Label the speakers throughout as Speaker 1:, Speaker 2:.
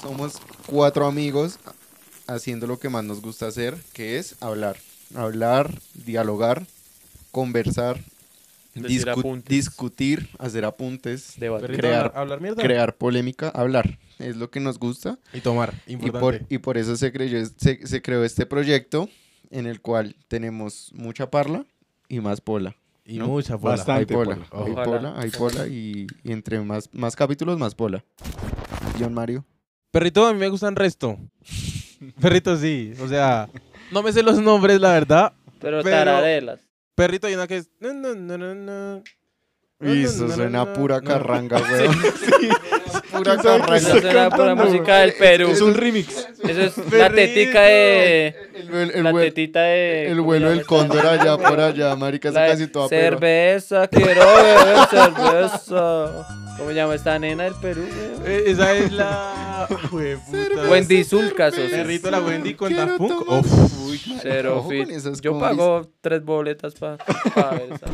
Speaker 1: Somos cuatro amigos haciendo lo que más nos gusta hacer, que es hablar. Hablar, dialogar, conversar,
Speaker 2: Decir
Speaker 1: discu-
Speaker 2: apuntes.
Speaker 1: discutir, hacer apuntes,
Speaker 2: Debate.
Speaker 1: Crear-
Speaker 3: hablar, hablar mierda
Speaker 1: crear polémica, hablar. Es lo que nos gusta.
Speaker 3: y tomar.
Speaker 1: Y por,
Speaker 3: Importante.
Speaker 1: y por eso se, creyó- se- se creó este proyecto en el cual tenemos mucha parla y más pola.
Speaker 3: Y,
Speaker 1: ¿no?
Speaker 3: mucha bola.
Speaker 1: Hay
Speaker 4: Bastante
Speaker 1: pola,
Speaker 4: pola.
Speaker 1: hay
Speaker 2: Ojalá.
Speaker 1: pola, hay pola y, y entre más, más capítulos, más pola. John Mario.
Speaker 3: Perrito, a mí me gustan resto. Perrito, sí. O sea, no me sé los nombres, la verdad.
Speaker 5: Pero,
Speaker 3: Pero-
Speaker 5: tararelas.
Speaker 3: Perrito, hay una que es. No, no, no, no, no.
Speaker 1: Y eso suena a pura carranga, weón. Pura
Speaker 5: Eso
Speaker 1: carranga.
Speaker 5: es una pura
Speaker 4: cantando,
Speaker 5: música del Perú.
Speaker 4: Es un remix.
Speaker 5: Eso es la tetica de.
Speaker 1: El, vuel- el
Speaker 5: La
Speaker 1: vuel-
Speaker 5: tetita de.
Speaker 1: el vuelo del cóndor allá por allá, marica, es
Speaker 5: La de
Speaker 1: casi toda perra.
Speaker 5: cerveza, quiero beber cerveza. ¿Cómo se llama esta nena del Perú? güey?
Speaker 3: Eh, Esa es la. Jueputa.
Speaker 5: Wendy Zulca, socio.
Speaker 3: Perrito, la Wendy con
Speaker 1: Quiero
Speaker 3: Daft Punk.
Speaker 1: tomar-
Speaker 3: Uf.
Speaker 1: Uy, marica,
Speaker 5: Cero
Speaker 1: ojo
Speaker 5: fit.
Speaker 1: con esas
Speaker 5: Yo
Speaker 1: combis.
Speaker 5: pago tres boletas para ver esa.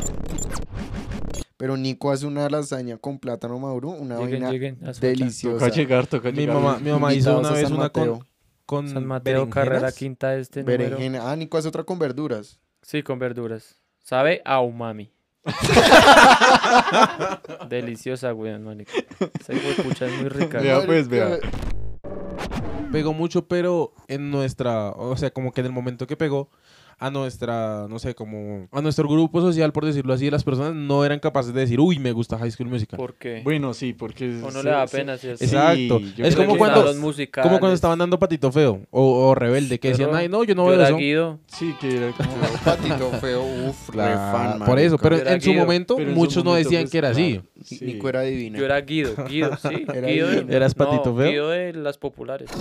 Speaker 1: Pero Nico hace una lasaña con plátano maduro, una
Speaker 5: Lleguen,
Speaker 1: vaina
Speaker 5: lleguen. a su
Speaker 1: deliciosa.
Speaker 4: Toca llegar, toca
Speaker 3: Mi
Speaker 4: llegar.
Speaker 3: mamá, mi mamá hizo
Speaker 1: Invitados
Speaker 3: una
Speaker 1: a
Speaker 3: vez
Speaker 1: San
Speaker 3: una con.
Speaker 1: Mateo.
Speaker 3: con
Speaker 5: San Mateo
Speaker 3: berenjenas.
Speaker 5: Carrera Quinta este número.
Speaker 1: Berenjena. Ah, Nico hace otra con verduras.
Speaker 5: Sí, con verduras. Sabe a umami. Deliciosa, güey, marica. Esa pucha es muy rica.
Speaker 4: Vea,
Speaker 5: güey.
Speaker 4: pues, vea.
Speaker 1: Marica,
Speaker 3: Pegó mucho, pero en nuestra. O sea, como que en el momento que pegó. A nuestra, no sé, como. A nuestro grupo social, por decirlo así, las personas no eran capaces de decir, uy, me gusta High School Musical.
Speaker 5: ¿Por qué?
Speaker 4: Bueno, sí, porque...
Speaker 5: o no
Speaker 4: se-
Speaker 5: le da
Speaker 4: se-
Speaker 5: pena, ¿cierto?
Speaker 4: Sí,
Speaker 3: Exacto.
Speaker 4: yo
Speaker 3: es
Speaker 4: creo
Speaker 3: como
Speaker 4: que
Speaker 3: cuando,
Speaker 4: los
Speaker 3: como cuando estaban dando patito feo o, o rebelde, que decían,
Speaker 5: Pero
Speaker 3: ay, no, yo no
Speaker 5: No
Speaker 3: veo
Speaker 5: era
Speaker 3: eso.
Speaker 5: Guido.
Speaker 4: Sí, que era como...
Speaker 1: Patito feo, uff, re
Speaker 3: Claro,
Speaker 1: fan,
Speaker 3: por eso,
Speaker 1: marica.
Speaker 3: pero
Speaker 5: Yo era
Speaker 3: en su
Speaker 5: Guido,
Speaker 3: momento
Speaker 4: pero en su
Speaker 3: muchos no
Speaker 4: momento,
Speaker 3: decían
Speaker 4: pues,
Speaker 3: que era así.
Speaker 4: sí.
Speaker 1: Nico era divina.
Speaker 5: Yo era Guido. Guido, sí.
Speaker 1: Era
Speaker 5: Guido.
Speaker 1: Guido.
Speaker 3: ¿Eras patito
Speaker 5: no,
Speaker 3: feo?
Speaker 5: Guido de las populares.